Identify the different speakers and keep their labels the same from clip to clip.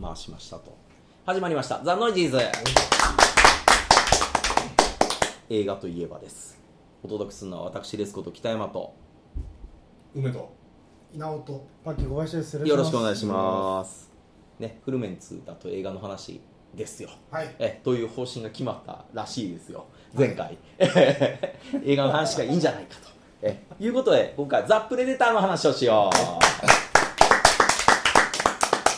Speaker 1: 回しましたと始まりました「ザ・ノイジーズ」映画といえばですお届けするのは私ですこと北山と
Speaker 2: 梅と
Speaker 3: 稲尾とパッキーご挨拶する
Speaker 1: よろしくお願いしますねフルメンツだと映画の話ですよ
Speaker 3: すはい
Speaker 1: えという方針が決まったらしいですよ前回映画の話がいいんじゃないかとえいうことで今回はザ・プレデターの話をしよう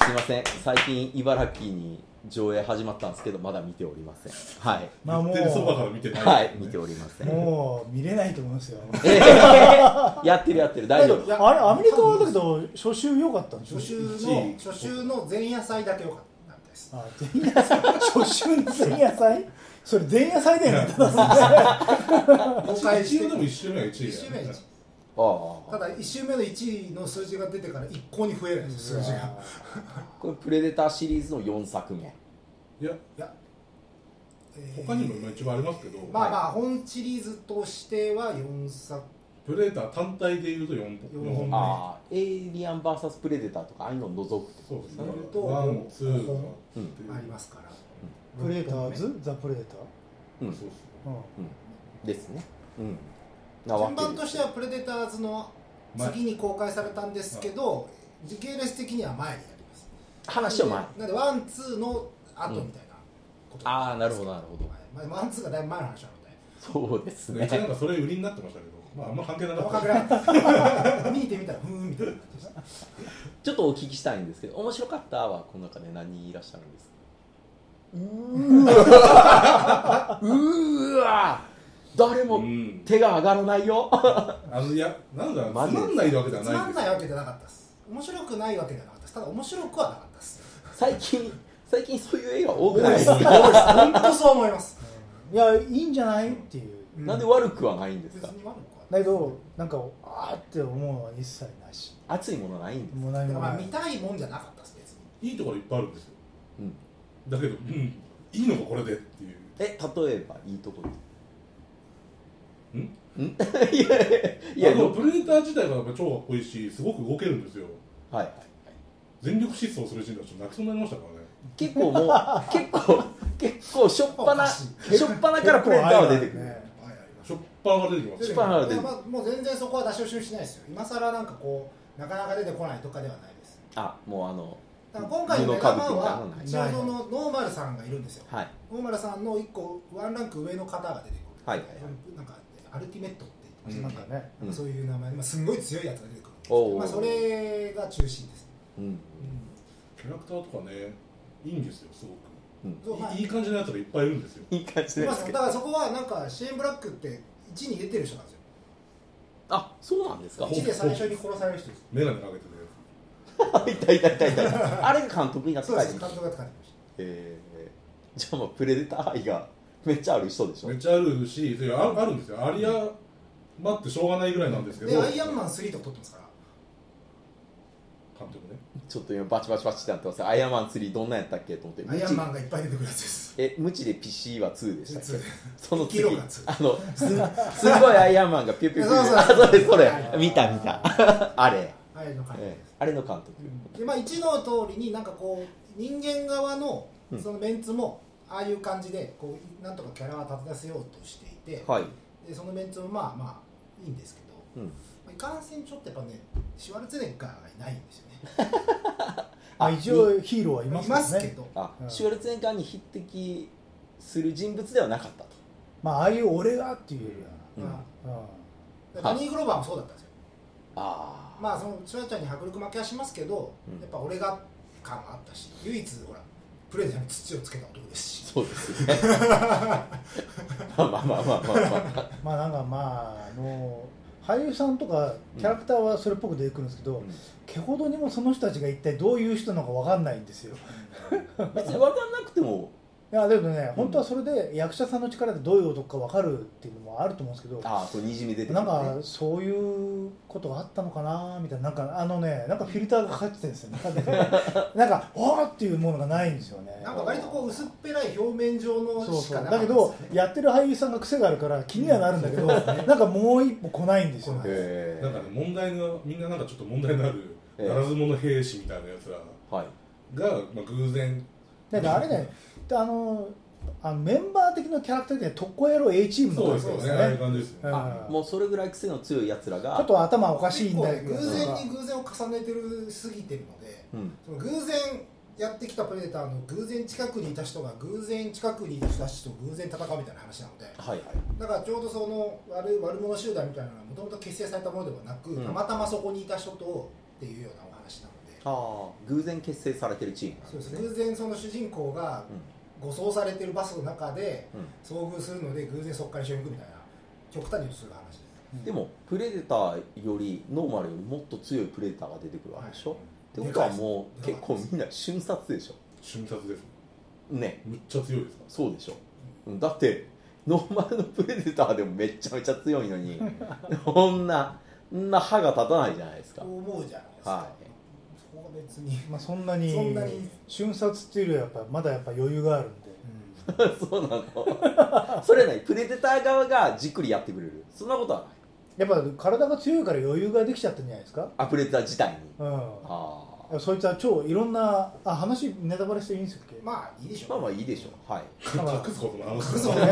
Speaker 1: すいません最近茨城に上映始まったんですけどまだ見ておりませんはい
Speaker 3: まあも
Speaker 2: 言ってるそばから
Speaker 3: う
Speaker 2: 見てない、
Speaker 1: はい見ておりません
Speaker 3: もう見れないと思いますよ
Speaker 1: え やってるやってる大丈夫
Speaker 2: いや
Speaker 3: あれアメリカはだけど初週良かったんでしょ
Speaker 4: 初週
Speaker 2: 1
Speaker 4: の初週の前夜祭だけ良かったみたいです
Speaker 3: あ前夜祭初週の前夜祭それ前夜祭だよねただ
Speaker 4: 公開し
Speaker 2: 一応で
Speaker 4: て
Speaker 2: も1周目は1位
Speaker 4: 1週目
Speaker 2: だよね
Speaker 1: あ
Speaker 4: た
Speaker 1: あ
Speaker 4: だ1週目の1位の数字が出てから一向に増えないんです数字が
Speaker 1: これプレデターシリーズの4作目
Speaker 2: いや
Speaker 4: いやえー
Speaker 2: 他にも一応ありますけど、
Speaker 4: まあまあ本シリーズとしては4作
Speaker 2: プレーター単体でいうと 4,
Speaker 4: 四
Speaker 2: 4本
Speaker 4: 本
Speaker 2: 目
Speaker 1: ああエイリアン VS プレデターとかああいうのを除く
Speaker 2: そうですね
Speaker 4: そういうと
Speaker 2: ワンツー
Speaker 4: 五
Speaker 2: が
Speaker 4: 本
Speaker 2: うん
Speaker 4: ありますから
Speaker 3: プレーターズザ・プレーター
Speaker 1: うん
Speaker 2: そう
Speaker 3: うん
Speaker 1: ですね。うん。
Speaker 4: 順番としては
Speaker 1: なわ
Speaker 4: プレデターズの
Speaker 2: 前
Speaker 4: 次に公開されたんですけど時系列的には前になります
Speaker 1: け話を前。
Speaker 4: なのでワンツーの後みたいなこと
Speaker 1: ああ、なるほど、なるほど。
Speaker 4: はいまあワンツーがだいぶ前の話なので
Speaker 1: そうです
Speaker 2: ですねうちなん
Speaker 1: ね。
Speaker 2: かそれ売りになってましたけど、まあ、あんま関係なかっ
Speaker 4: 細かく
Speaker 2: た
Speaker 4: なかった見てみたらふーんみたいな感じでした
Speaker 1: ちょっとお聞きしたいんですけど、面白かったはこの中で何人いらっしゃるんですか。うーわ。誰
Speaker 2: う
Speaker 1: も
Speaker 2: ん
Speaker 1: 手が上がらないよ。
Speaker 2: あのいやなんだろう
Speaker 1: マジ
Speaker 2: つ
Speaker 1: で
Speaker 2: まんないわけじゃ
Speaker 4: つま
Speaker 2: ない
Speaker 4: んないわけじゃなかったです面白くないわけじゃなかったですただ面白くはなかったです
Speaker 1: 最近最近そういう映画多くないです
Speaker 2: 多
Speaker 1: か
Speaker 2: い。です
Speaker 4: 本当そう思います
Speaker 3: いやいいんじゃないっていう
Speaker 1: なんで悪くはないんです
Speaker 4: 別
Speaker 1: か。
Speaker 4: に悪くは
Speaker 3: だけどなんかあーって思うのは一切なし
Speaker 1: 熱いものないんです。
Speaker 3: もうない
Speaker 4: だ
Speaker 3: も
Speaker 4: からまあ
Speaker 3: な
Speaker 4: 見
Speaker 3: い
Speaker 4: たいもんじゃなかったです別に
Speaker 2: いいところいっぱいあるんですよ
Speaker 1: うん。
Speaker 2: だけど、うん、いいのかこれでっていう
Speaker 1: え例えばいいところ。
Speaker 2: ん
Speaker 1: ん？ いやいや
Speaker 2: あ
Speaker 1: いや。
Speaker 2: のプレデター自体がやっぱ超かっこいいしすごく動けるんですよ
Speaker 1: はいはい。
Speaker 2: 全力疾走するシーンだと泣きそうになりましたからね
Speaker 1: 結構 もう結構結構しょっぱなしょっぱなからプレデターは出てくる、
Speaker 3: ね
Speaker 4: はいありま
Speaker 2: しょっぱなが出てきます
Speaker 1: しょっぱなが出て
Speaker 4: い
Speaker 1: く
Speaker 4: や
Speaker 1: る
Speaker 4: まあもう全然そこは出し惜しみしないですよ今更なんかこうなかなか出てこないとかではないです
Speaker 1: あもうあの
Speaker 4: だから今回の目玉は
Speaker 1: 布
Speaker 4: 一応そのノーマルさんがいるんですよ
Speaker 1: はい
Speaker 4: ノーマルさんの一個ワンランク上の方が出てくる
Speaker 1: はい
Speaker 4: なんかアルティメットって言って
Speaker 3: な
Speaker 4: ま
Speaker 3: ん
Speaker 4: す
Speaker 3: か
Speaker 4: ね
Speaker 3: ね
Speaker 1: うん
Speaker 4: そういう名前、まあ、すんごい強いやつが出てくるんですけ
Speaker 1: おうお
Speaker 4: ど、
Speaker 1: う
Speaker 4: まあ、それが中心です、
Speaker 1: うん
Speaker 2: キャラクターとかねいいんですよすご
Speaker 4: そうまあ
Speaker 2: くいいい感じのやつがいっぱいいるんですよ
Speaker 1: いい感じで
Speaker 4: まあ
Speaker 1: すけ
Speaker 4: だ
Speaker 1: ど
Speaker 4: からそこはなんかシェーン・ブラックって1に出てる人なんですよ
Speaker 1: あそうなんですか
Speaker 2: ほ
Speaker 4: 1で最初に殺される人です
Speaker 2: 眼鏡かけてる
Speaker 1: いたいたいたいたあれが監督になって
Speaker 4: そう
Speaker 1: た
Speaker 4: で
Speaker 1: り
Speaker 4: す監督が使ってまし
Speaker 1: えー、じゃあもうプレデター愛がめっちゃある人でし
Speaker 2: やつ
Speaker 1: ょ
Speaker 2: めっちゃあるしそれああるんですよアリア待ってしょうがないぐらいなんです
Speaker 4: た
Speaker 2: けど
Speaker 4: で
Speaker 2: 監
Speaker 4: アイアンマン3とか撮ってますから
Speaker 2: 督ね
Speaker 1: ちょっと今バチバチバチってなってますアイアンマン3どんなんやったっけと思って
Speaker 4: ア
Speaker 1: 無
Speaker 4: イ
Speaker 1: 知
Speaker 4: アンマンがいっぱい出てくるやつです
Speaker 1: え無知で PC は2でしたっけ
Speaker 4: 2
Speaker 1: その次
Speaker 4: 黄色が2
Speaker 1: あのすすごいアイアンマンがピュピュピュ
Speaker 4: そうそう
Speaker 1: あそれそれ
Speaker 4: あ
Speaker 1: 見た見たあれ
Speaker 4: あれの感じで
Speaker 1: ええ
Speaker 4: す、
Speaker 1: あれの監督、
Speaker 4: でまあ1の通りになんかこう人間側の
Speaker 1: うん
Speaker 4: そのメンツもああいう感じでこうなんとかキャラは立て出せようとしていて、
Speaker 1: はい、
Speaker 4: でそのメンツもまあまあいいんですけど
Speaker 1: うん、
Speaker 4: まあいかんせんちょっとやっぱねシュワルツェネッガーがいないんですよね
Speaker 3: まあ一応ヒーローはい
Speaker 4: い
Speaker 3: ま
Speaker 4: ますす,、
Speaker 3: から
Speaker 4: け
Speaker 3: ね
Speaker 4: ど
Speaker 1: あ、
Speaker 3: うん
Speaker 1: シュワルツェネッガーに匹敵する人物ではなかったと
Speaker 3: まあああいう俺がっていうより
Speaker 1: うん
Speaker 4: ま
Speaker 3: は
Speaker 4: あトニー・グローバーもそうだったんですよ
Speaker 1: ああ
Speaker 4: まあそのシュワちゃんに迫力負けはしますけど、
Speaker 1: うん
Speaker 4: やっぱ俺が感があったし唯一ほらプレゼンに土をつけた男ですし
Speaker 1: そうです よねまあまあまあまあまあ、まあ、
Speaker 3: うんまあなんかまああの俳優さんとかキャラクターはそれっぽく出てくるんですけど、
Speaker 1: うん
Speaker 3: 毛ほどにもその人たちが一体どういう人なのかわかんないんですよ
Speaker 1: 別に分かんなくても
Speaker 3: いやでもね、本当はそれで役者さんの力でどういう男かわかるっていうのもあると思うんですけど
Speaker 1: ああこうにじみ出てくる
Speaker 3: なん
Speaker 1: ね
Speaker 3: かそういうことがあったのかなみたいななんかあのねなんかフィルターがかかってるんですよ中でなんかおーっていうものがないんですよね
Speaker 4: なんか割とこう薄っぺらい表面上
Speaker 3: そう
Speaker 4: のし
Speaker 3: そ
Speaker 4: か
Speaker 3: う
Speaker 4: なか
Speaker 3: だ
Speaker 4: っ
Speaker 3: け
Speaker 4: たんです
Speaker 3: ど
Speaker 4: よね
Speaker 3: やってる俳優さんが癖があるから気にはなるんだけど、なんかもう一歩来ないんですよ
Speaker 4: 来ない
Speaker 1: へえ
Speaker 2: なんかね問題のみんななんかちょっと問題のある
Speaker 1: ええ
Speaker 2: ならず者兵士みたいなやつら
Speaker 1: はい
Speaker 2: が、まあ、偶然
Speaker 3: だからあれだよであのあのメンバー的なキャラクターで特攻野郎 A チームの
Speaker 2: そうですよ
Speaker 3: 感じ
Speaker 2: ねああいう感じですね
Speaker 3: うん
Speaker 1: あもうそれぐらい癖の強いやつらが
Speaker 3: ちょっと頭おかしい
Speaker 4: 結
Speaker 3: ん
Speaker 4: 構
Speaker 3: だ
Speaker 4: ね
Speaker 3: けど
Speaker 4: 偶然に偶然を重ねてるすぎてるので
Speaker 1: うん、
Speaker 4: その偶然やってきたプレデターの偶然近くにいた人が偶然近くにいた人と偶然戦うみたいな話なので
Speaker 1: はいはい
Speaker 4: だからちょうどその悪悪者集団みたいなのはもともと結成されたものではなく、
Speaker 1: うん
Speaker 4: たまたまそこにいた人とっていうようなお話なので
Speaker 1: ああ偶然結成されてるチームなんで
Speaker 4: そうですす
Speaker 1: ね
Speaker 4: 偶然その主人公が護送されてるバスの中で
Speaker 1: うん
Speaker 4: 遭遇するので偶然そこから一緒に行くみたいな極端にする話です
Speaker 1: うん、でもプレデターよりノーマルよりもっと強いプレデターが出てくるわけでしょ、ってことはもう
Speaker 4: で
Speaker 1: 結
Speaker 4: かいです
Speaker 1: 構みんな瞬殺でし
Speaker 2: 瞬殺です
Speaker 1: ょね
Speaker 2: むっちゃ強いですか
Speaker 1: そうでしょうんだってノーマルのプレデターでもめっちゃめちゃ強いのにこんなこんな歯が立たないじゃないですか
Speaker 4: そう思うじゃないですか、
Speaker 1: はい
Speaker 4: そこが別に、
Speaker 3: まあ、そんなに
Speaker 4: そんなに
Speaker 3: 瞬殺っていうよりはやっぱまだやっぱ余裕があるん で
Speaker 1: そうなのそれはないプレデター側がじっくりやってくれるそんなことはない
Speaker 3: やっぱ体が強いから余裕ができちゃったんじゃないですか
Speaker 1: あプレデター自体に
Speaker 3: うん
Speaker 1: ああ
Speaker 3: そいつは超いろんなあ話ネタバレしていいんですっけ
Speaker 4: まあいいでしょう
Speaker 1: まあまあいいでしょうはい
Speaker 3: だから
Speaker 2: 隠すこともあの
Speaker 4: 隠す
Speaker 2: 人
Speaker 4: こと
Speaker 3: ね
Speaker 4: も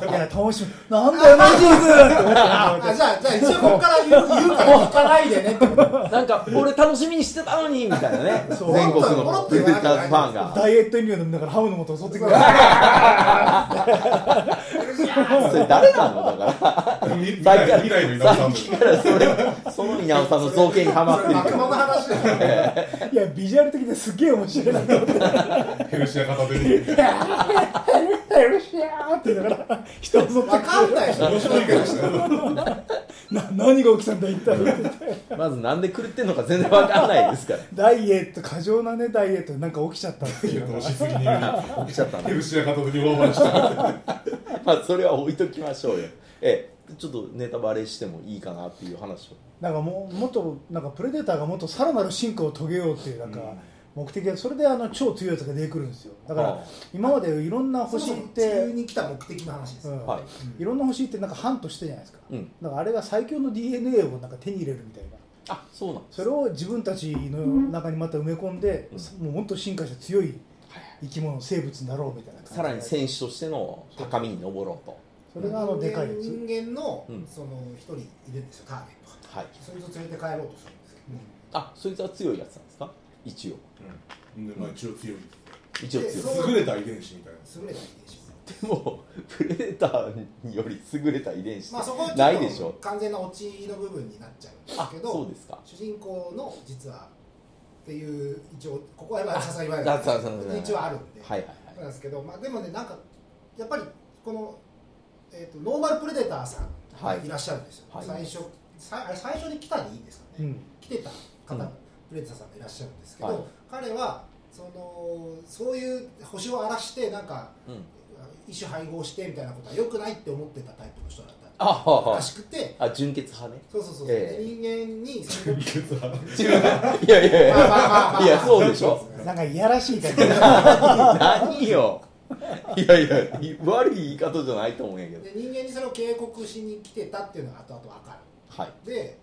Speaker 3: いや楽しみなんだよマジーズって思って
Speaker 4: ああじゃあじゃあ一応ここから言う言うから聞かないでねってこと
Speaker 1: なんか俺楽しみにしてたのにみたいなね
Speaker 3: そう
Speaker 1: 全国
Speaker 4: も
Speaker 1: の
Speaker 4: っと
Speaker 1: プレデターズファンが
Speaker 3: ダイエット飲料飲みながらハムの素を襲ってくる
Speaker 1: それ誰なのだから
Speaker 2: 未未
Speaker 1: さっきから
Speaker 2: 来未来の稲尾さん
Speaker 1: さっきからそれその稲尾さんの造形にはまってる
Speaker 4: それ悪魔の話だよね
Speaker 3: いやビジュアル的ですげえ面白いなと思って
Speaker 2: のヘルシア片手に
Speaker 3: 「ヘルシャー」って言いながら人を襲って
Speaker 4: わか
Speaker 3: く
Speaker 4: んないでしょ
Speaker 2: 面白いけどしたね
Speaker 3: るな何が起きたんだ一体
Speaker 1: まずなんで狂ってんのか全然わかんないですから
Speaker 3: ダイエット過剰なねダイエットでなんか起きちゃったって
Speaker 2: い
Speaker 3: い
Speaker 2: や
Speaker 3: うの
Speaker 2: 楽
Speaker 3: が
Speaker 2: しすぎにヘ
Speaker 1: 起きちゃったんだ
Speaker 2: ルシア片手にオーバーした
Speaker 1: まあそれは置いときましょうよええちょっとネタバレしてもいいかなっていう話を
Speaker 3: なんかもうもっとなんかプレデターがもっとさらなる進化を遂げようっていうなんか目的でそれであの超強いやつが出てくるんですよだか
Speaker 1: あ
Speaker 3: ら
Speaker 1: あ
Speaker 3: 今までいろんな星
Speaker 4: そ
Speaker 3: っ
Speaker 4: もそも地球
Speaker 3: て
Speaker 4: に来た目的の話です、
Speaker 3: うん
Speaker 1: はい
Speaker 3: いろんな星ってなんか半としてじゃないですか
Speaker 1: うん
Speaker 3: だからあれが最強の DNA をなんか手に入れるみたいな
Speaker 1: あそうなんです
Speaker 3: それを自分たちの中にまた埋め込んで、もうもっと進化した強い生き物生物になろうみたいな感じ
Speaker 1: さらに選手としての高みに登ろうと
Speaker 3: それがあのでかいやつ、
Speaker 4: 人間の
Speaker 1: うん
Speaker 4: その一人いるんですよターゲットが
Speaker 1: はい
Speaker 4: それと連れて帰ろうとするんですけど、
Speaker 1: あそいつは強いやつなんですか一応
Speaker 2: でまあ一応強い
Speaker 1: 一応強い
Speaker 4: えそう
Speaker 2: 優れた遺伝子みたいな
Speaker 4: 優れた遺伝子
Speaker 1: でもプレデターにより優れた遺伝子
Speaker 4: まあそこは
Speaker 1: な
Speaker 4: ち
Speaker 1: いでし
Speaker 4: ょっ
Speaker 1: ょ
Speaker 4: と完全なオチの部分になっちゃうんです
Speaker 1: あ
Speaker 4: け
Speaker 1: そう
Speaker 4: ど
Speaker 1: ですか
Speaker 4: 主人公の実はっていう一応ここはやっぱりさすがに言わ
Speaker 1: あそうそうそうそう
Speaker 4: 一応あるんで、
Speaker 1: はいはい
Speaker 4: なん
Speaker 1: はい
Speaker 4: ですけど、まあ、でもねなんかやっぱりこの、えー、とノーマルプレデターさんがいらっしゃるんですよ、
Speaker 1: はい
Speaker 4: 最初さあれ最初に来たでいいんですか
Speaker 3: う
Speaker 4: ね、
Speaker 3: ん、
Speaker 4: 来てた方、
Speaker 1: うん
Speaker 4: プレデターさんがいらっしゃるんですけど、
Speaker 1: はい
Speaker 4: 彼はそのそういう星を荒らしてなんか
Speaker 1: うん
Speaker 4: 異種配合してみたいなことは良くないって思ってたタイプの人だっ
Speaker 1: あは
Speaker 4: た
Speaker 1: は
Speaker 4: らしくて
Speaker 1: あ純血派ね
Speaker 4: そうそうそう、
Speaker 1: ええ
Speaker 4: 人間に その
Speaker 2: 血圧
Speaker 1: 違ういやいやい
Speaker 4: まあまあま
Speaker 1: や
Speaker 4: あまあ
Speaker 1: いやそうでしょ
Speaker 3: なんかいやらしい感じ
Speaker 1: 何よいやいやい悪い言い方じゃないと思うんやけど
Speaker 4: で人間にそれを警告しに来てたっていうのが後々分かる
Speaker 1: はい
Speaker 4: で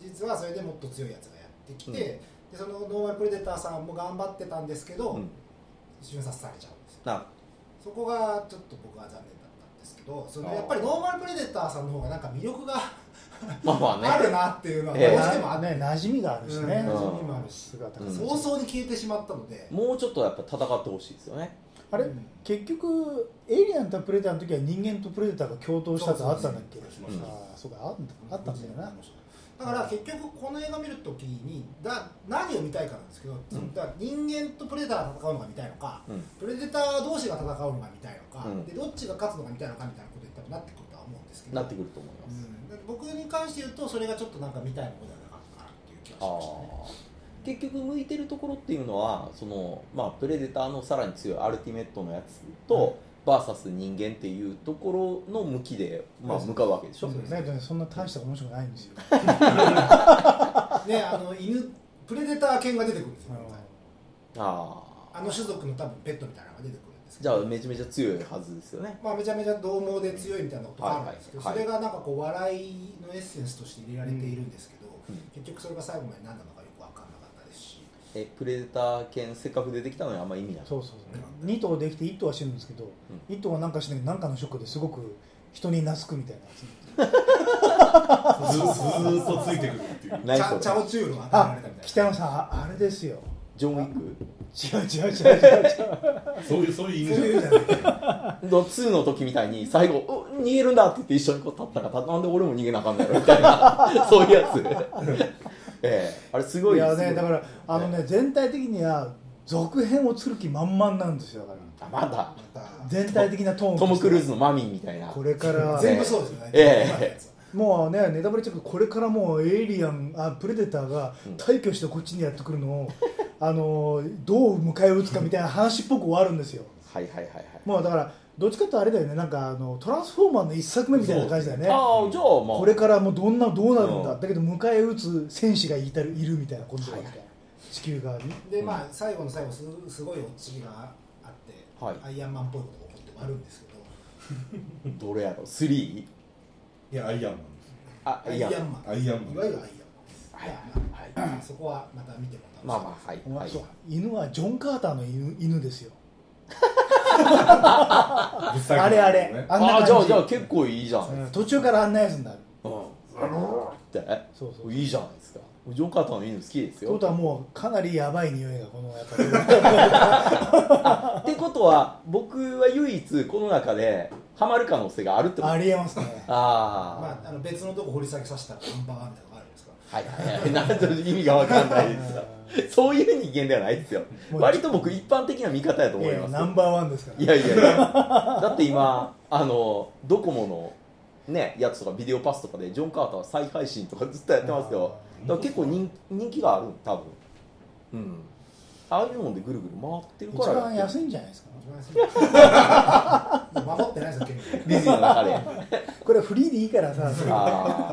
Speaker 4: 実はそれでもっと強いやつがやってきて、
Speaker 1: うん
Speaker 4: でそのノーマルプレデターさんも頑張ってたんですけど、
Speaker 1: うん
Speaker 4: 瞬殺されちゃうんですよ
Speaker 1: な
Speaker 4: そこがちょっと僕は残念だったんですけどそ
Speaker 1: あ
Speaker 4: の
Speaker 1: ー
Speaker 4: やっぱりノーマルプレデターさんの方がなんか魅力が
Speaker 1: まあまあね
Speaker 4: あるなっていうのはどう
Speaker 1: ええ
Speaker 4: してもあって、
Speaker 3: ね馴染みがあるしね、
Speaker 1: うん
Speaker 4: 馴染みもあるし
Speaker 3: 姿
Speaker 1: う
Speaker 3: が
Speaker 1: ん
Speaker 4: 早々に消えてしまったので、
Speaker 1: もうちょっとやっぱ戦ってほしいですよね
Speaker 3: あれ結局エイリアンとプレデターの時は人間とプレデターが共闘したってあったんだっけ
Speaker 2: そうそう
Speaker 1: そうそう
Speaker 3: ああそうかあんだあったんだよな
Speaker 4: だから結局この映画見るときにだ何を見たいかなんですけど、
Speaker 1: ん
Speaker 4: だから人間とプレデターが戦うのが見たいのか、
Speaker 1: うん
Speaker 4: プレデター同士が戦うのが見たいのか、
Speaker 1: うん
Speaker 4: でどっちが勝つのが見たいのかみたいなことに多分なってくるとは思うんですけど
Speaker 1: なってくると思います
Speaker 4: うんで僕に関して言うとそれがちょっとなんか見たいものではなかったかなっていう気がし
Speaker 1: あ
Speaker 4: ましたね
Speaker 1: ー結局向いてるところっていうのはその、まあ、プレデターのさらに強いアルティメットのやつと、バーサス人間っていうところの向きで、まあ、向かうわけでしょ、
Speaker 3: だけどねそんな大した面白くないんですよ
Speaker 4: ねあの犬プレデター犬が出てくるんですよ今回
Speaker 1: あ
Speaker 4: あ
Speaker 1: あ
Speaker 4: の種族の多分ペットみたいなのが出てくるんですけ
Speaker 1: じ
Speaker 4: ど
Speaker 1: ゃあめちゃめちゃ強いはずですよね
Speaker 4: まあ、めちゃめちゃ獰猛で強いみたいなことがあるんですけど、
Speaker 1: はいはい
Speaker 4: それがなんかこう笑いのエッセンスとして入れられているんですけど、
Speaker 1: うん
Speaker 4: 結局それが最後まで何なのかよく分かんなかったですし、
Speaker 1: えプレデター犬せっかく出てきたのにあんま意味ない
Speaker 3: そうそうそう2頭できて1頭は死ぬんですけど、一1頭はなんかしないなんかのショックですごく人に懐くみたいなやつ
Speaker 2: ずずーっとついてくるっていう
Speaker 1: 何
Speaker 4: チャ
Speaker 1: そ
Speaker 4: チャ
Speaker 1: れ
Speaker 4: オチュールが当てら
Speaker 3: あ
Speaker 4: れたみたいな
Speaker 3: 北山さんああれですよ
Speaker 1: ジョン・ウィック
Speaker 3: 違う違う違う違う違う
Speaker 2: そういうそういう
Speaker 4: そ
Speaker 2: 犬
Speaker 4: う
Speaker 2: じ
Speaker 4: いうじゃない
Speaker 1: の2の時みたいに最後「う逃げるんだ」って言って一緒にこう立ったらなんで俺も逃げなあかんだろみたいな そういうやつええあれすごい
Speaker 3: いや
Speaker 1: すご
Speaker 3: ね
Speaker 1: い
Speaker 3: だからあのね全体的には続編を作る気満々なんですよだから
Speaker 1: あまだ
Speaker 3: 全体的なトーン
Speaker 1: トム・クルー
Speaker 3: ズ
Speaker 1: ズのマミーみたいな
Speaker 3: これからは
Speaker 4: 全部そうですよね、
Speaker 1: ええ
Speaker 4: 今のやつは
Speaker 3: もうねネタバレチェックこれからもうエイリアンあプレデターが
Speaker 1: うん
Speaker 3: 退去してこっちにやってくるのを あのどう迎え撃つかみたいな話っぽく終わるんですよ
Speaker 1: はいはいはいはい
Speaker 3: もうだからどっちかってあれだよねなんかあのトランスフォーマーの一作目みたいな感じだよね
Speaker 1: ああじゃあまあ
Speaker 3: これからもうどんなどうなるんだ、
Speaker 1: うん
Speaker 3: だけど迎え撃つ戦士がいたるいるみたいなことだみたいな、
Speaker 1: はい
Speaker 3: 地球側に
Speaker 4: でまあ最後の最後すすごいオチがあって、
Speaker 1: はい
Speaker 4: アイアンマンっぽいことが起こって終わるんですけど
Speaker 1: どれやろ 3?
Speaker 2: いやアイアンマン
Speaker 1: あ
Speaker 4: ア
Speaker 1: い
Speaker 4: イ
Speaker 1: や
Speaker 4: アンマン
Speaker 2: アイアンマン
Speaker 4: いわゆるアイアンマンです、
Speaker 1: はい
Speaker 4: まあまあそこはまた見ても楽しい
Speaker 1: まあまあはい
Speaker 3: お前
Speaker 1: はい
Speaker 3: そう犬はジョン・カーターの犬犬ですよ
Speaker 2: ぶっ裂けた
Speaker 3: あれあれ、あんな
Speaker 1: ああ
Speaker 3: 感じ
Speaker 1: じゃあじゃあ結構いいじゃん
Speaker 3: うん途中からあんなやつになる
Speaker 1: うんって
Speaker 3: そうそう
Speaker 1: いいじゃないですかジョン・カーターの犬好きです
Speaker 3: って
Speaker 1: よ
Speaker 3: ことはもうかなりやばい匂いがこのやっ ぱ
Speaker 1: ってことは僕は唯一この中でハマる可能性があるってこと
Speaker 3: りあ
Speaker 1: あ
Speaker 3: りえますね
Speaker 1: あ
Speaker 4: まあ、あの別のとこ掘り下げさせたらナンバーワンみたいなのがあるんですか
Speaker 1: はいはいはいなんと意味がわかんないです がそういう人間ではないですよ
Speaker 3: もう
Speaker 1: 割と僕一般的な見方やと
Speaker 3: い
Speaker 1: 思い
Speaker 3: やいや
Speaker 1: ます
Speaker 3: ナンバーワンですから
Speaker 1: いやいやいやだって今あのドコモのねやつとかビデオパスとかでジョン・カーター再配信とかずっとやってますよだから結構人人気がある多分うんああいうのでぐるぐる回ってる
Speaker 3: 一
Speaker 1: から
Speaker 3: 番
Speaker 1: やって
Speaker 3: 安
Speaker 1: る
Speaker 3: いんじゃないですか
Speaker 4: 守ってないですよ権利
Speaker 1: ディズニーの中で
Speaker 3: これはフリーでいいからさ
Speaker 1: あ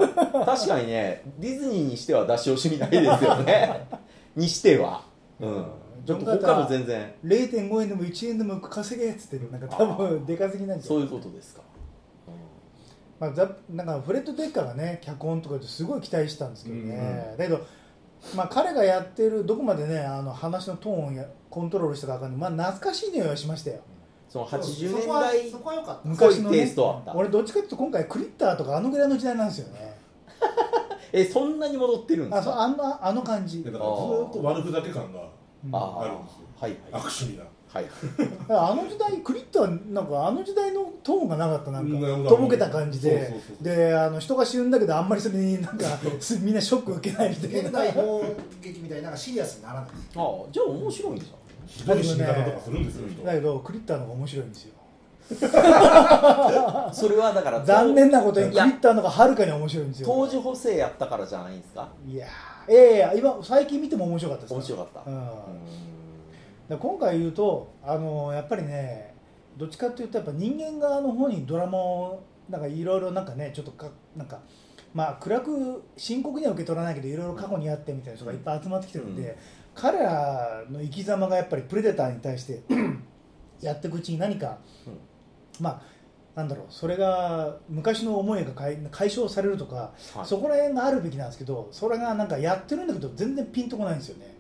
Speaker 1: ー確かにねディズニーにしては出し惜しみないですよね にしてはうんちょっと他の全然
Speaker 3: 0.5円でも1円でも稼げっつってるなんか多分出稼ぎなんです
Speaker 1: そう
Speaker 3: よ、
Speaker 1: いうことですか、
Speaker 3: まあ、ざなんかフレッド・デッカーがね脚本とかですごい期待してたんですけどね、
Speaker 2: うん
Speaker 3: だけど、まあ、彼がやってるどこまでねあの話のトーンをやコントロールしたかわかんない、まあ、懐かしい匂いはしましたよ
Speaker 1: その
Speaker 4: そ
Speaker 1: 80
Speaker 4: こ
Speaker 1: 年
Speaker 4: は
Speaker 1: 代
Speaker 4: そこは良かった
Speaker 3: 昔の、
Speaker 1: 濃い
Speaker 3: ね、
Speaker 1: テイストあった
Speaker 3: 俺どっちかっていうと今回クリッターとかあのぐらいの時代なんですよね
Speaker 1: えそんなに戻ってるんで
Speaker 3: あ
Speaker 1: す
Speaker 3: そう
Speaker 1: か
Speaker 3: あのあの感じ、
Speaker 2: だ
Speaker 3: う
Speaker 2: か
Speaker 3: ん
Speaker 2: らずーっと悪ふざけ感が
Speaker 3: だ
Speaker 1: あー
Speaker 2: あるんですよ
Speaker 1: はいはい
Speaker 2: 悪趣味な
Speaker 1: はい
Speaker 3: からあの時代クリッターなんかあの時代のトーンがなかったなんか
Speaker 2: うん
Speaker 3: とぼけた感じで
Speaker 2: そうそうそう
Speaker 3: であの人が死ぬんだけどあんまりそれになんかすみんなショック受けないみたいな
Speaker 4: 現代の劇みたいななんかシリアスにならない
Speaker 1: あーじゃあ面白いんじゃ
Speaker 2: ひどい死に方とかするんですよ人
Speaker 3: だけどクリッターの方が面白いんですよ
Speaker 1: ん それはだから
Speaker 3: 残念なことに
Speaker 1: い
Speaker 3: クリ
Speaker 1: や
Speaker 3: ッターの方がはるかに面白いんですよ
Speaker 1: 当時補正やったからじゃないんですか
Speaker 3: いやーいやいや今最近見ても面白かったです
Speaker 1: 面白かった
Speaker 3: うん
Speaker 1: うーん
Speaker 3: だから今回言うとあのやっぱりねどっちかっていうとやっぱ人間側の方にドラマをなんかいろいろなんかねちょっとかなんかまあ暗く深刻には受け取らないけどいろいろ過去にあってみたいな人がいっぱい集まってきてるんで、
Speaker 1: うん
Speaker 3: 彼らの生き様がやっぱりプレデターに対して やっていくうちに何か、まあなんだろうそれが昔の思いが解解消されるとか、
Speaker 1: はい
Speaker 3: そこら辺があるべきなんですけどそれがなんかやってるんだけど全然ピンとこないんで すよね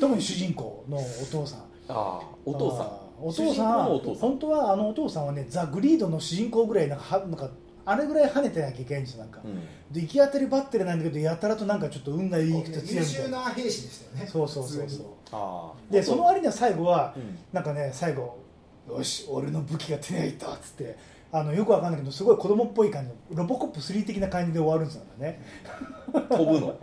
Speaker 3: 特に主人公のお父さん
Speaker 1: ああお父さ
Speaker 3: あー
Speaker 1: ん
Speaker 3: お父
Speaker 1: 主人
Speaker 3: さ
Speaker 1: 公
Speaker 3: ん
Speaker 1: のお父さん
Speaker 3: 本当はあのお父さんはねザ・グリードの主人公ぐらいなんかはなんかあれぐらい跳ねてなきゃいけないんですよなんか、
Speaker 1: うん
Speaker 3: で行き当たりばったりなんだけどやたらとなんかちょっと運がいいくて強
Speaker 4: 優
Speaker 3: いみた
Speaker 4: 秀
Speaker 3: いな
Speaker 4: な兵士でしたよね
Speaker 3: そうそうそう
Speaker 4: 普通に
Speaker 3: そう
Speaker 1: ああ
Speaker 3: でその割には最後は
Speaker 1: うん
Speaker 3: なんかね最後よし俺の武器が手に入ったっつってあのよくわかんないけどすごい子供っぽい感じのロボコップ3的な感じで終わるんですよね
Speaker 1: 飛ぶの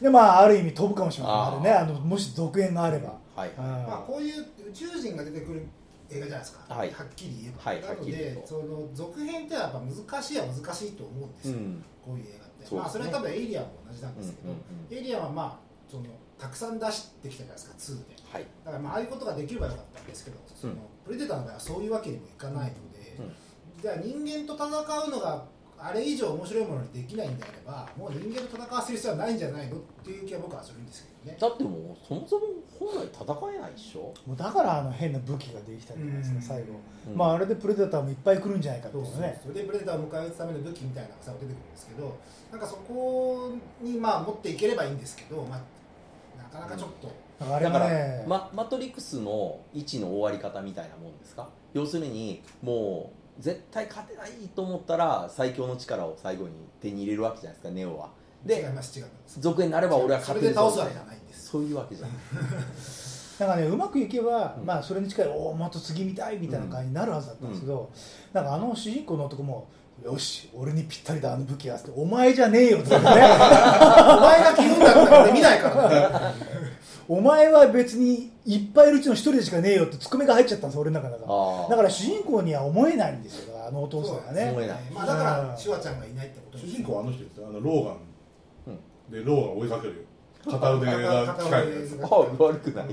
Speaker 3: でまあある意味飛ぶかもしれない
Speaker 1: あー
Speaker 3: あれねあのもし続編があれば、
Speaker 1: はい
Speaker 3: うん
Speaker 4: まあ、こういう宇宙人が出てくる映画じゃないですか、
Speaker 1: はい
Speaker 4: っきり言えば、
Speaker 1: はい
Speaker 4: な
Speaker 1: は
Speaker 4: の
Speaker 1: っきり言う
Speaker 4: で
Speaker 1: と
Speaker 4: その続編ってやっぱ難しいは難しいと思うんです
Speaker 1: う
Speaker 4: よ、
Speaker 1: ん
Speaker 4: こういう映画って、
Speaker 1: そうですね
Speaker 4: まあ、それは多分エイリアンも同じなんですけど、
Speaker 1: うんうんうん
Speaker 4: エイリアンはまあそのたくさん出してきたじゃないですか2で
Speaker 1: はい
Speaker 4: だからまあああいうことができればよかったんですけどその、
Speaker 1: うん
Speaker 4: プレデターの場合はそういうわけにもいかないので、
Speaker 1: うん
Speaker 4: じゃあ人間と戦うのがあれ以上面白いものにできないんであればもう人間と戦わせる必要はないんじゃないのっていう気は僕はするんですけどね
Speaker 1: だってもうそもそも本来戦えないでしょ、
Speaker 3: もうだからあの変な武器ができたじゃないですか最後
Speaker 1: うん
Speaker 3: まあ、あれでプレデターもいっぱい来るんじゃないか
Speaker 4: そ
Speaker 3: み
Speaker 4: う
Speaker 3: た
Speaker 4: そ
Speaker 3: いうなね
Speaker 4: それでプレデターを迎え撃つための武器みたいなのがさ出てくるんですけどなんかそこにまあ持っていければいいんですけど、まあ、なかなかちょっと
Speaker 3: あれ
Speaker 1: だ
Speaker 3: も
Speaker 1: から、
Speaker 3: ね、
Speaker 1: ママトリックスの位置の終わり方みたいなもんですか要するにもう絶対勝てないと思ったら最強の力を最後に手に入れるわけじゃないですかネオは
Speaker 4: 違い
Speaker 1: で
Speaker 4: ます違います
Speaker 1: 続編になれば俺は
Speaker 4: そ
Speaker 1: 勝
Speaker 4: れ
Speaker 1: てる
Speaker 4: で倒
Speaker 1: ぞ
Speaker 4: すわけじゃないんです
Speaker 1: そういうわけじゃない
Speaker 3: なんかねうまくいけば、
Speaker 1: うん
Speaker 3: まあそれに近いおおもっと次見たいみたいな感じになるはずだったんですけど、なんかあの主人公の男もよし俺にぴったりだあの武器はってお前じゃねえよって言って ね
Speaker 4: お前が気分だったら俺見ないからね
Speaker 3: お前は別にいっぱいいるうちの一人でしかねえよってツッコミが入っちゃったんです俺の中だから
Speaker 1: あー
Speaker 3: だから主人公には思えないんですよあのお父さんがね
Speaker 1: 思えない
Speaker 4: まあだからシュワちゃんがいないってこと
Speaker 2: 主
Speaker 4: に
Speaker 2: 人公はあの人ですよあのローガン、でローガンを追いかけるよ片腕が機
Speaker 4: 片
Speaker 2: 械
Speaker 4: 腕です
Speaker 1: あ悪くない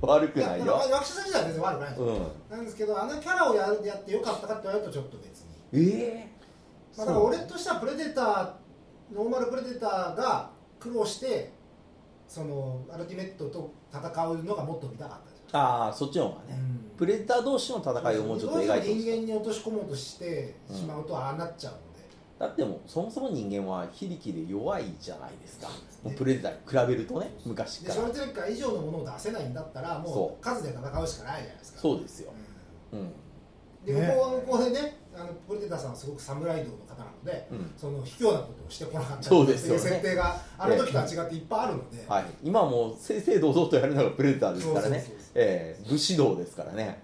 Speaker 1: 悪く
Speaker 4: いや
Speaker 1: ない
Speaker 4: まあ
Speaker 1: よ
Speaker 4: 役者さん自体は全然悪くないです
Speaker 1: う
Speaker 4: よ
Speaker 1: ん
Speaker 4: なんですけどあのキャラをやるやってよかったかって言われるとちょっと別に、
Speaker 1: え
Speaker 4: まあ、だから俺としてはプレデターノーマルプレデターが苦労してそのアルティメットと戦うのがもっと見たかったですよ
Speaker 1: ー、ああそっちの方がね、プレデター同士の戦いをもうちょっと描いてほ
Speaker 4: 人
Speaker 1: しい
Speaker 4: 間に落とし込もうとしてしまうとああなっちゃうので、
Speaker 1: だってもうそもそも人間は非力で弱いじゃないですか
Speaker 4: すね
Speaker 1: もうプレデターに比べるとね昔
Speaker 4: で
Speaker 1: か
Speaker 4: ショ
Speaker 1: ら
Speaker 4: ルツェネッガー以上のものを出せないんだったら
Speaker 1: そ
Speaker 4: もう数で戦うしかないじゃないですか
Speaker 1: そうですよ、
Speaker 4: う
Speaker 1: うん
Speaker 4: んで
Speaker 3: ね
Speaker 4: 向こうは向こうでねあのプレデターさんはすごく侍道の方なので
Speaker 1: うん
Speaker 4: その卑怯なことをしてこなかった
Speaker 1: そうですよね
Speaker 4: っていう設定があの時とは違っていっぱいあるので、
Speaker 1: はい、今はもう正々堂々とやるのがプレデターですからね
Speaker 4: そうそうそうそう、
Speaker 1: ええ武士道ですからね、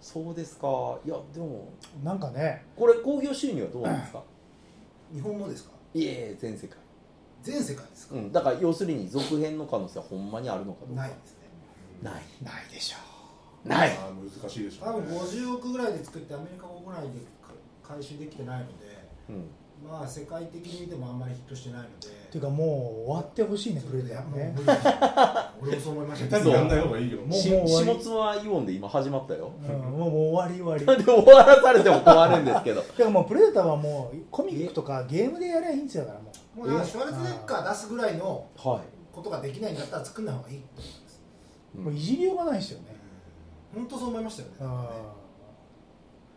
Speaker 1: そうですか、いや、でも、
Speaker 3: なんかね
Speaker 1: これ、興行収入はどうなん ですか、
Speaker 4: 日本のですか
Speaker 1: いえ、全世界、
Speaker 4: 全世界ですか、
Speaker 1: うん、だから要するに続編の可能性はほんまにあるのかどうか、
Speaker 4: ないですね
Speaker 1: ない、
Speaker 3: ないでしょ
Speaker 1: ない、
Speaker 2: あー難しいでしょ
Speaker 4: 多分50億ぐらいで作ってアメリカ国内でか回収できてないので
Speaker 1: うん、
Speaker 4: まあ世界的に見てもあんまりヒットしてないので
Speaker 3: っていうかもう終わってほしいねプ
Speaker 4: い
Speaker 3: レゼ
Speaker 4: や
Speaker 3: ン
Speaker 4: もう無
Speaker 3: ね
Speaker 4: 理ですよ俺もそう思いました
Speaker 2: 下 手にやんない方がいいよ
Speaker 3: もう
Speaker 1: し
Speaker 3: 終わり
Speaker 1: 下妻イオンで今、始まったよ、
Speaker 3: うん、もうもう終わり終
Speaker 1: な
Speaker 3: わり
Speaker 1: ん で終わらされても困るんですけど、
Speaker 3: だからもうプレデターはもうコミックとかゲームでやればいいんですよだからも
Speaker 4: もうだからシュワルツェネッガー出すぐらいの
Speaker 1: は
Speaker 4: ことができないんだったら作んない方がいいと思います
Speaker 1: い、
Speaker 3: う,、
Speaker 1: うん
Speaker 3: もういじりようがないですよね、
Speaker 4: 本当そう思いましたよね
Speaker 3: う
Speaker 4: だか
Speaker 3: ん
Speaker 4: らね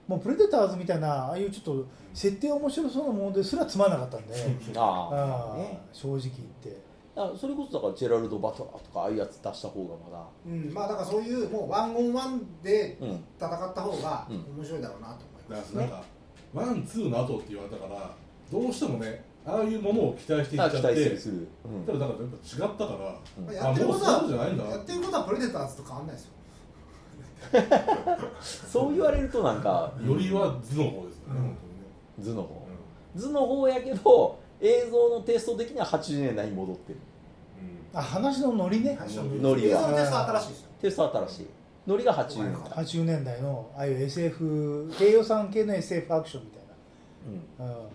Speaker 3: もうプレデターズみたいなああいうちょっと設定面白そうなものですらつまんなかったんで、
Speaker 1: あ
Speaker 3: あ
Speaker 1: あ、ね、
Speaker 3: ー正直言って
Speaker 1: だからそれこそだから、ジェラルド・バトラーとか、ああいうやつ出した方がま
Speaker 4: うんまあだからそういうもうワンオンワンで
Speaker 1: だ、うん、
Speaker 4: 戦った方が
Speaker 1: うん
Speaker 4: 面白いだろうなと思い
Speaker 2: だ
Speaker 4: ま
Speaker 2: か
Speaker 4: す、
Speaker 2: らなんか、ワン、ツーの後って言われたから、どうしてもね、ああいうものを期待していっ
Speaker 1: あ
Speaker 2: ち
Speaker 1: 期
Speaker 2: ゃっ
Speaker 1: 待す
Speaker 2: て、
Speaker 1: る、する。うん
Speaker 2: ただ、だからやっぱ違ったから、
Speaker 1: うん
Speaker 4: まあやってること
Speaker 2: あもうそうじゃないんだ
Speaker 4: はやってることはプレデターズと変わんないですよ
Speaker 1: そう言われるとなんか
Speaker 2: よりは図の方ですね、
Speaker 4: うん
Speaker 1: 図の方図の方やけど映像のテイスト的には80年代に戻ってる
Speaker 3: あ話のノリね
Speaker 4: 最初
Speaker 1: ノリは
Speaker 4: 映像のテストは新しいですよ
Speaker 1: テイスト新しいノリが80年代、
Speaker 3: 80年代のああいう SF 低予算系の SF アクションみたい
Speaker 1: うん、
Speaker 3: な、うん、
Speaker 2: ほ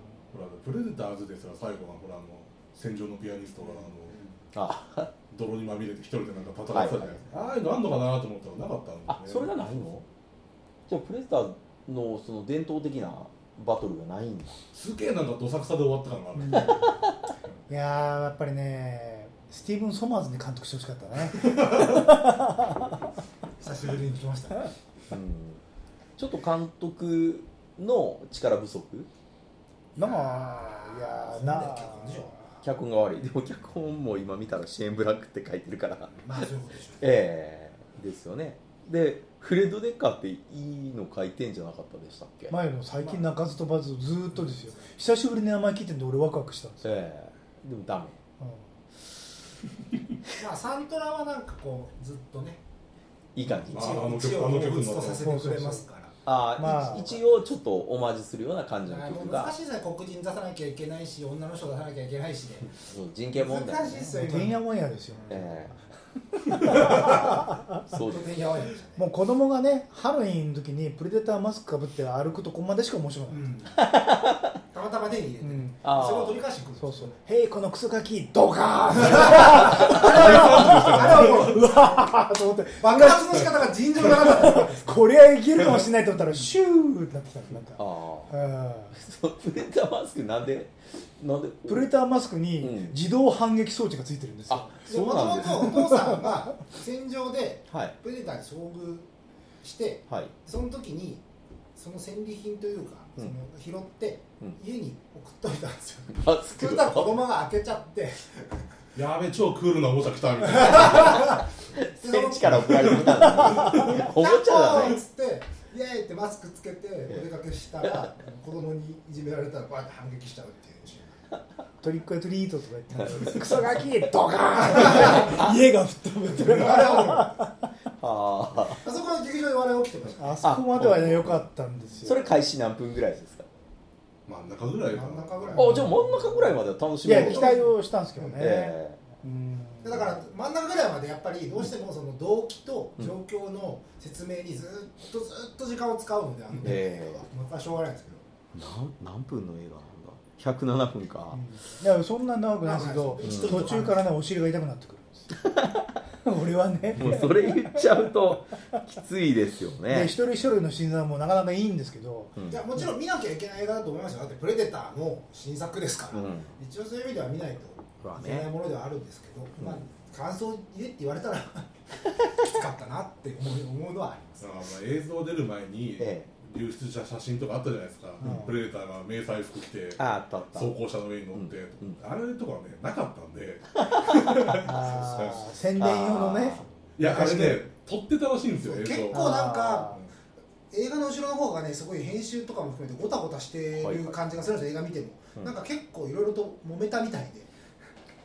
Speaker 2: ら、プレデターズですら、最後はほら、あの戦場のピアニストがあの
Speaker 1: あ
Speaker 2: 泥にまみれて、一人でなんかパタパタじゃないですか、ああいうのあんのかなと思ったら、なかったんで、ね、
Speaker 1: あそれがないのじゃあプレスターのその伝統的なバトルがない んだ
Speaker 2: すげえなんかどさくさで終わった感がある、
Speaker 3: いやーやっぱりねスティーブン・ソマーズに監督してほしかったね
Speaker 4: 久しぶりに来ましたね
Speaker 1: うんちょっと監督の力不足
Speaker 3: なんかいや
Speaker 4: そ
Speaker 3: ーな
Speaker 4: んな脚本でしょ
Speaker 1: 脚本が悪いでも脚本も今見たらシェーン・ブラックって書いてるから
Speaker 4: まあそういうことでしょう
Speaker 1: ええですよねでフレッド・デッカーっていいの書いてんじゃなかったでしたっけ、
Speaker 3: 前の最近鳴かず飛ばずずーっとですよ久しぶりに名前聞いてんで俺ワクワクしたんですよ、
Speaker 1: ええでもダメ
Speaker 3: う
Speaker 4: まあサントラはなんかこうずっとね
Speaker 1: いい感じ
Speaker 4: 一
Speaker 2: まああ
Speaker 4: 応
Speaker 2: の
Speaker 4: 一
Speaker 2: 曲
Speaker 4: 応
Speaker 2: あの曲
Speaker 4: 動
Speaker 2: の
Speaker 4: 物とさせてくれますから
Speaker 1: あー、
Speaker 3: まあ
Speaker 1: い一応ちょっとオマージュするような感じの
Speaker 4: あの
Speaker 1: 曲
Speaker 4: 難
Speaker 1: が
Speaker 4: しいですね黒人出さなきゃいけないし女の人出さなきゃいけないしで
Speaker 1: そう人権問題、
Speaker 4: 難しいっすよ
Speaker 3: んもうてんやもんやですよ
Speaker 1: ええそう
Speaker 4: と
Speaker 1: です
Speaker 4: てんやわいでしたね
Speaker 3: もう子供がねハロウィンの時にプレデターマスクかぶって歩くとこんまでしか面白く
Speaker 4: う
Speaker 3: ない、
Speaker 4: んたまたま手に入れて、
Speaker 3: うん
Speaker 1: あ
Speaker 4: それを
Speaker 1: あ
Speaker 4: 取り返してくる
Speaker 3: そうそう「へいこのクソガキドカーン!
Speaker 4: あれはもう」
Speaker 3: と思って
Speaker 4: 爆発の仕方が尋常じゃなかった
Speaker 3: こりゃいけるかもしれないと思ったらシューってなってきたのなんか
Speaker 1: ああ
Speaker 3: う
Speaker 1: そうプレターマスクなんでなんで
Speaker 3: んプレデターマスク
Speaker 1: う
Speaker 3: に
Speaker 1: ん
Speaker 3: 自動反撃装置がついてるんですよ
Speaker 1: あ
Speaker 4: で
Speaker 1: そ
Speaker 4: も
Speaker 1: う
Speaker 4: と
Speaker 1: なん
Speaker 4: も
Speaker 1: ですね
Speaker 4: とお父さんが戦場で
Speaker 1: はい
Speaker 4: プレデターに遭遇して
Speaker 1: はい
Speaker 4: その時にその戦利品という
Speaker 1: う
Speaker 4: か、
Speaker 1: ん
Speaker 4: その拾って
Speaker 1: うん
Speaker 4: 家に送っといたんですよ、
Speaker 1: マス
Speaker 4: そ
Speaker 1: ク
Speaker 4: したら子供が開けちゃって
Speaker 2: やべ超クールなおもちゃ来たみたいな
Speaker 1: 戦地から送られてきたんだね おもちゃだ
Speaker 4: っ
Speaker 1: ね
Speaker 4: つってイエーイってマスクつけてお出かけし たら子供にいじめられたらこうやって反撃しちゃうっていう
Speaker 3: トリックやトリートとか言ってクソガキドカーン家が吹っ飛ぶって
Speaker 4: あれはもう
Speaker 1: ああ
Speaker 4: あそこの劇場で笑い起きてました
Speaker 3: あそこまではね良かったんですよ
Speaker 1: それ開始何分ぐらいですか
Speaker 2: 真ん中ぐらいかな
Speaker 4: 真ん中ぐらい
Speaker 1: あじゃあ真ん中ぐらいまでは楽し
Speaker 3: い
Speaker 1: める
Speaker 3: や期待をしたんですけどね、
Speaker 1: え
Speaker 3: うん
Speaker 4: でだから真ん中ぐらいまでやっぱりどうしてもその動機と状況の説明にずっとずっと時間を使うのであの
Speaker 1: えええ
Speaker 4: まあしょうがないんですけど
Speaker 1: 何何分の映画なんだ107分か
Speaker 3: うんいやそんな長くないですけど、
Speaker 4: うん
Speaker 3: 途中からねお尻が痛くなってく るんですよ俺はね
Speaker 1: もうそれ言っちゃうときついですよ
Speaker 3: で
Speaker 1: ね
Speaker 3: 一人一人の診断もなかなかいいんですけど、
Speaker 1: うん
Speaker 4: いやもちろん見なきゃいけない映画だと思いますよだってプレデターの新作ですから、
Speaker 1: うん
Speaker 4: 一応そういう意味では見ないと
Speaker 1: まあ
Speaker 4: いけない
Speaker 1: ね
Speaker 4: ものではあるんですけど、
Speaker 1: ん
Speaker 4: まあ感想言えって言わ れたらきつかったなって思う思うのはあります
Speaker 2: あまあ映像出る前に
Speaker 1: え
Speaker 2: 流出した写真とかあったじゃないですか、
Speaker 3: うん
Speaker 2: プレデターが迷彩服着て
Speaker 1: ああったあった
Speaker 2: 装甲車の上に乗って、
Speaker 1: うん
Speaker 2: あれとかねなかったんで
Speaker 3: あー宣伝用のね
Speaker 2: いやあれね撮ってたらしいんですよ映像
Speaker 4: 結構なん
Speaker 3: あ
Speaker 4: か映画の後ろの方がねすごい編集とかも含めてごたごたして
Speaker 1: はい
Speaker 4: る
Speaker 1: はい
Speaker 4: 感じがするんですよ、映画見ても、
Speaker 1: うん
Speaker 4: なんか結構いろいろと揉めたみたいで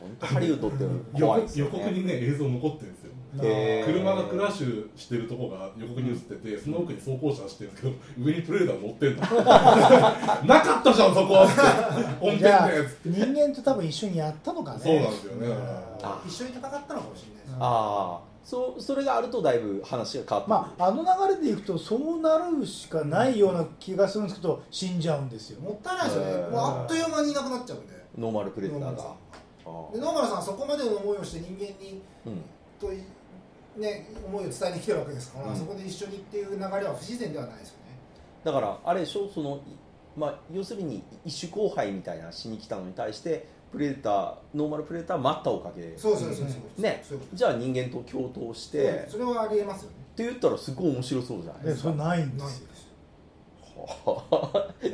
Speaker 1: 本当ハリウッドって
Speaker 2: 予
Speaker 1: 怖い
Speaker 2: 告
Speaker 1: です
Speaker 2: 予
Speaker 1: よ
Speaker 2: 告に
Speaker 1: ね
Speaker 2: ね映像残ってるんですよ
Speaker 1: へー
Speaker 2: 車がクラッシュしてるとこが予告に映ってて、その奥に走行車走ってるんですけど上にプレーダー乗ってんの なかったじゃんそこはって本編
Speaker 3: じゃあ
Speaker 2: でっつって
Speaker 3: 人間と多分一緒にやったのかね
Speaker 2: そうなんですよね
Speaker 3: うん
Speaker 1: あ
Speaker 4: 一緒に戦ったのかもしれないで
Speaker 1: あ
Speaker 4: す、
Speaker 1: あそうそれがあるとだいぶ話が変わって
Speaker 3: まああの流れでいくとそうなるしかないような気がするんですけど死んじゃうんですよ
Speaker 4: もったいないですよね、
Speaker 1: うん
Speaker 4: もうあっという間にいなくなっちゃうん
Speaker 1: く
Speaker 4: で
Speaker 1: るノーマルプレ
Speaker 4: 野
Speaker 1: デター
Speaker 4: 村
Speaker 1: が
Speaker 4: さん
Speaker 1: ああ
Speaker 4: で野村さんはそこまでの思いをして人間に
Speaker 1: うん
Speaker 4: といね、思いを伝えに来てるわけですから、
Speaker 1: うん
Speaker 4: そこで一緒にっていう流れは不自然ではないですよね
Speaker 1: だからあれでしょその、いまあ、要するに一種後輩みたいなのしに来たのに対してプレデターノーマルプレデターは待ったおかげで
Speaker 4: そうそうそうそう、
Speaker 1: ね
Speaker 4: そういうこと
Speaker 1: じゃあ人間と共闘して
Speaker 4: それはありえますよね
Speaker 1: って言ったらすごい面白そうじゃない
Speaker 3: で
Speaker 1: です
Speaker 3: それ
Speaker 1: か。
Speaker 3: ないんで
Speaker 4: ない
Speaker 3: すよ
Speaker 4: です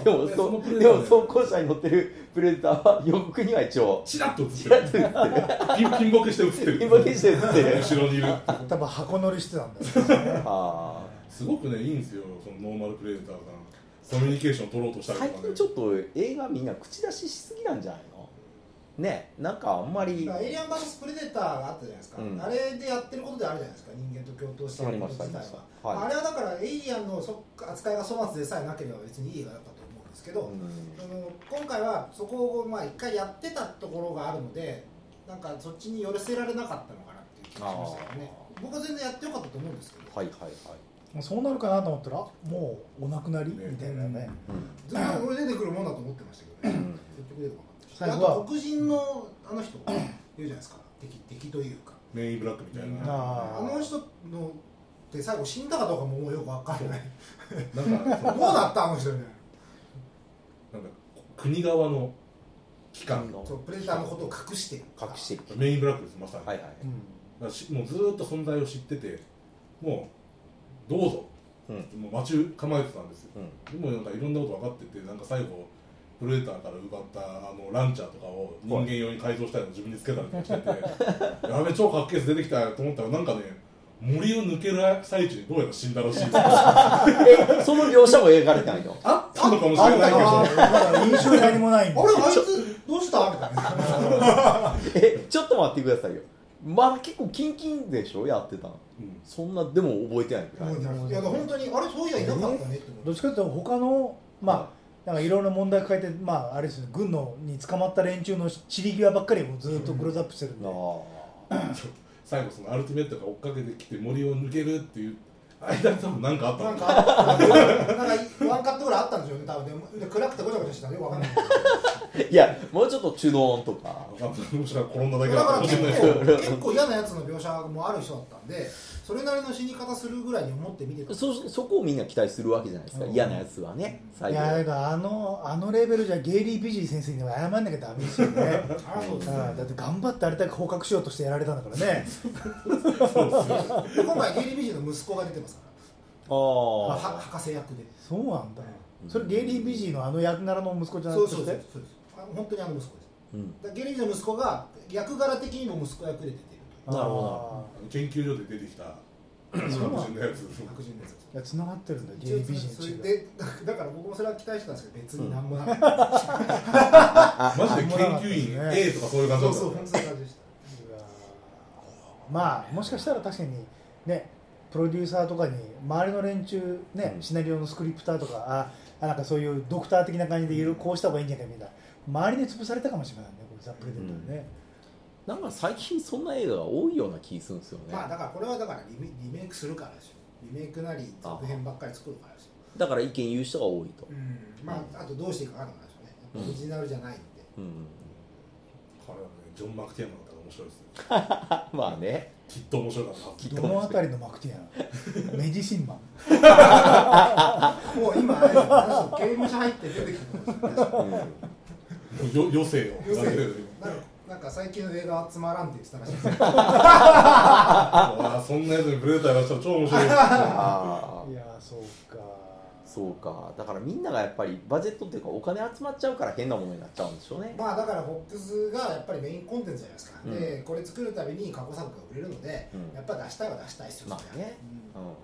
Speaker 1: でも
Speaker 2: そ
Speaker 1: そ
Speaker 2: のプレデ
Speaker 1: で
Speaker 2: ター
Speaker 1: も走行車に乗ってるプレデターは予告には一応
Speaker 2: チラッと映って
Speaker 1: ち
Speaker 2: る
Speaker 1: らっと映って
Speaker 2: ピンピ ンボケして映ってる
Speaker 1: ピンボケして映って る
Speaker 2: 後ろにいる
Speaker 3: 多分箱乗りしてたんだよね
Speaker 1: あ
Speaker 2: すごくねいいんですよそのノーマルプレーターがコミュニケーション取ろうとし
Speaker 1: ー
Speaker 2: た
Speaker 1: 最
Speaker 2: りとか
Speaker 1: 近
Speaker 2: ね
Speaker 1: ちょっと映画みんな口出ししすぎなんじゃないのねなんかあんまり
Speaker 4: だからエイリアンバースプレデターがあったじゃないですか、
Speaker 1: うん
Speaker 4: あれでやってることであるじゃないですか人間と共闘して
Speaker 1: あ
Speaker 4: ること自体
Speaker 1: りま
Speaker 4: は
Speaker 1: したありました
Speaker 4: あ,、
Speaker 1: はい
Speaker 4: れはだからエイリアンのそ扱いが粗末でさえなければ別にいい映画だったと思うんですけど、
Speaker 1: うん
Speaker 4: あの今回はそこをまあ一回やってたところがあるのでなんかそっちに寄せられなかったのかなっていう気がしましたけどね僕は全然やってよかったと思うんですけど
Speaker 1: はいはいはい、
Speaker 3: もうそうなるかなと思ったらもうお亡くなり
Speaker 2: ね
Speaker 3: みたいなね
Speaker 1: う
Speaker 4: ずっと俺出てくるもんだと思ってましたけどね
Speaker 1: ん
Speaker 4: 結局出てこな
Speaker 3: 最
Speaker 4: かったし
Speaker 3: 後
Speaker 4: あ
Speaker 3: は
Speaker 4: と黒人のあの人いるじゃないですか敵敵というか
Speaker 2: メインブラックみたいな
Speaker 3: あ
Speaker 4: あの人ので最後死んだかどうかももうよく分かんない
Speaker 2: なんかそ
Speaker 4: どう
Speaker 2: の
Speaker 4: だったあの人ね
Speaker 2: なんか国側の機関
Speaker 1: の
Speaker 4: そうプレデターのことを隠してる
Speaker 1: 隠してる
Speaker 2: メインブラックですまさに、
Speaker 1: はいはい、
Speaker 3: うん
Speaker 2: だからしもうずーっと存在を知っててもうどうぞ、
Speaker 1: うん
Speaker 2: もう待ち構えてたんですよ
Speaker 1: うん、
Speaker 2: でもなんかいろんなこと分かっててなんか最後プレデターから奪ったあのランチャーとかを人間用に改造したのを自分につけたりとかしててやべ超かっけえやつ出てきたと思ったらなんかね森を抜ける最中にどうやら死んだらしいですあ
Speaker 1: えその描写も描かれてないの
Speaker 2: ったのかもし
Speaker 3: あ
Speaker 2: れ
Speaker 3: る
Speaker 2: な
Speaker 3: か
Speaker 2: いけど
Speaker 3: なまだ印象に何もないん
Speaker 4: あ
Speaker 3: で
Speaker 4: れあいつどうしたみたいな
Speaker 1: えちょっと待ってくださいよまだ結構キンキンでしょやってたの
Speaker 2: うん
Speaker 1: そんなでも覚えてないみたい
Speaker 4: 思い出
Speaker 1: な
Speaker 4: すいやだから本当にあれそういやいなかったねって思って
Speaker 3: どっちかというと他のまあなんかいろんな問題抱えてまああれですね軍のに捕まった連中の散り際ばっかりをずっとクローズアップしてるんで、
Speaker 1: ああ
Speaker 2: 最後そのアルティメットが追っかけてきて森を抜けるっていう間に多分何かあった
Speaker 4: なん
Speaker 2: の
Speaker 4: かあった、なんかワンカットぐらいあったんですよね、多分で、で暗くてごちゃごちゃしてたんでよくわかんない。
Speaker 1: いやもうちょっとチュノーンとか
Speaker 2: 分かんないもしかしたら転んだだけ
Speaker 4: だ
Speaker 2: だったから
Speaker 4: か
Speaker 2: もし
Speaker 4: 結
Speaker 2: れないです
Speaker 4: 構、結構嫌なやつの描写もある人だったんで、それなりの死に方するぐらいに思って見てた。
Speaker 1: そそこをみんな期待するわけじゃないですか嫌なやつはね最
Speaker 3: い
Speaker 1: 後
Speaker 3: やだからあのあのレベルじゃゲイリー・ビジー先生には謝んなきゃダメですよね
Speaker 4: あらそう
Speaker 3: うん
Speaker 4: です
Speaker 3: だって頑張ってあれだけ捕獲しようとしてやられたんだからね
Speaker 4: で今回、ゲイリー・ビジーの息子が出てますから、は
Speaker 1: ああ
Speaker 4: 博士役で。
Speaker 3: そうなんだよそれゲイリー・ビジーのあの役柄の息子じゃな
Speaker 4: そう
Speaker 3: くて
Speaker 4: そうそうそうです。あ本当にあの息子です。
Speaker 1: うん
Speaker 4: だからゲリージの息子が役柄的にも息子役で出てる
Speaker 1: なる
Speaker 3: あ
Speaker 1: ほ
Speaker 2: あの研究所で出てきた白
Speaker 3: そうな
Speaker 2: 人のやつ
Speaker 4: という白人です
Speaker 3: ーいや繋がってるんだゲ
Speaker 4: 一応
Speaker 3: イ美人
Speaker 4: それ
Speaker 3: 違う
Speaker 4: でだだから僕もそれは期待してたんですけど別に何もなかった、
Speaker 2: マジで研究員 A とかそういう感じだ
Speaker 4: そう
Speaker 2: った
Speaker 4: そう
Speaker 2: よ
Speaker 4: 本当に感じでした
Speaker 3: うわーまあもしかしたら確かにねプロデューサーとかに周りの連中ね、
Speaker 1: うん
Speaker 3: シナリオのスクリプターとかああなんかそういうドクター的な感じでいろいろこうした方がいいんじゃないかみたいな周りで潰されたかもしれないねこれザ・プレデターね、
Speaker 1: どなんか最近そんな映画が多いような気するんですよね、
Speaker 4: まあだからこれはだからリメリメイクするからでしょリメイクなり続編ばっかり作るからでしょ
Speaker 1: だから意見言う人が多いと、
Speaker 4: うんまああとどうしていくかわかんないでしょうねやっぱオリジナルじゃないんで、
Speaker 1: うん、
Speaker 2: 彼はねジョン・マクティアンだったら面白いですね
Speaker 1: まあね
Speaker 2: きっと面白かったはず
Speaker 1: きっ
Speaker 3: ど
Speaker 1: と
Speaker 3: のあたりのマクティアンメディシンマン
Speaker 4: もう今あれですよ確かに刑務所入って出てきたかもしれないですよ
Speaker 1: うん
Speaker 2: よ余生を
Speaker 4: 余生
Speaker 2: なんで
Speaker 4: なんかなんか最近の映画はつまらんって言ってたらしいです よ
Speaker 2: うわそんなやつにプレデターやらしたら超面白いですね
Speaker 1: あ
Speaker 3: い
Speaker 1: ー
Speaker 3: やーそうか
Speaker 1: そうかだからみんながやっぱりバジェットっていうかお金集まっちゃうから変なものになっちゃうんでしょうね
Speaker 4: まあだからフォックスがやっぱりメインコンテンツじゃないですか、
Speaker 1: うん
Speaker 4: でこれ作るたびに過去作が売れるので、
Speaker 1: うん
Speaker 4: やっぱ出したいは出したいですよ
Speaker 1: まあね
Speaker 4: うん
Speaker 1: うん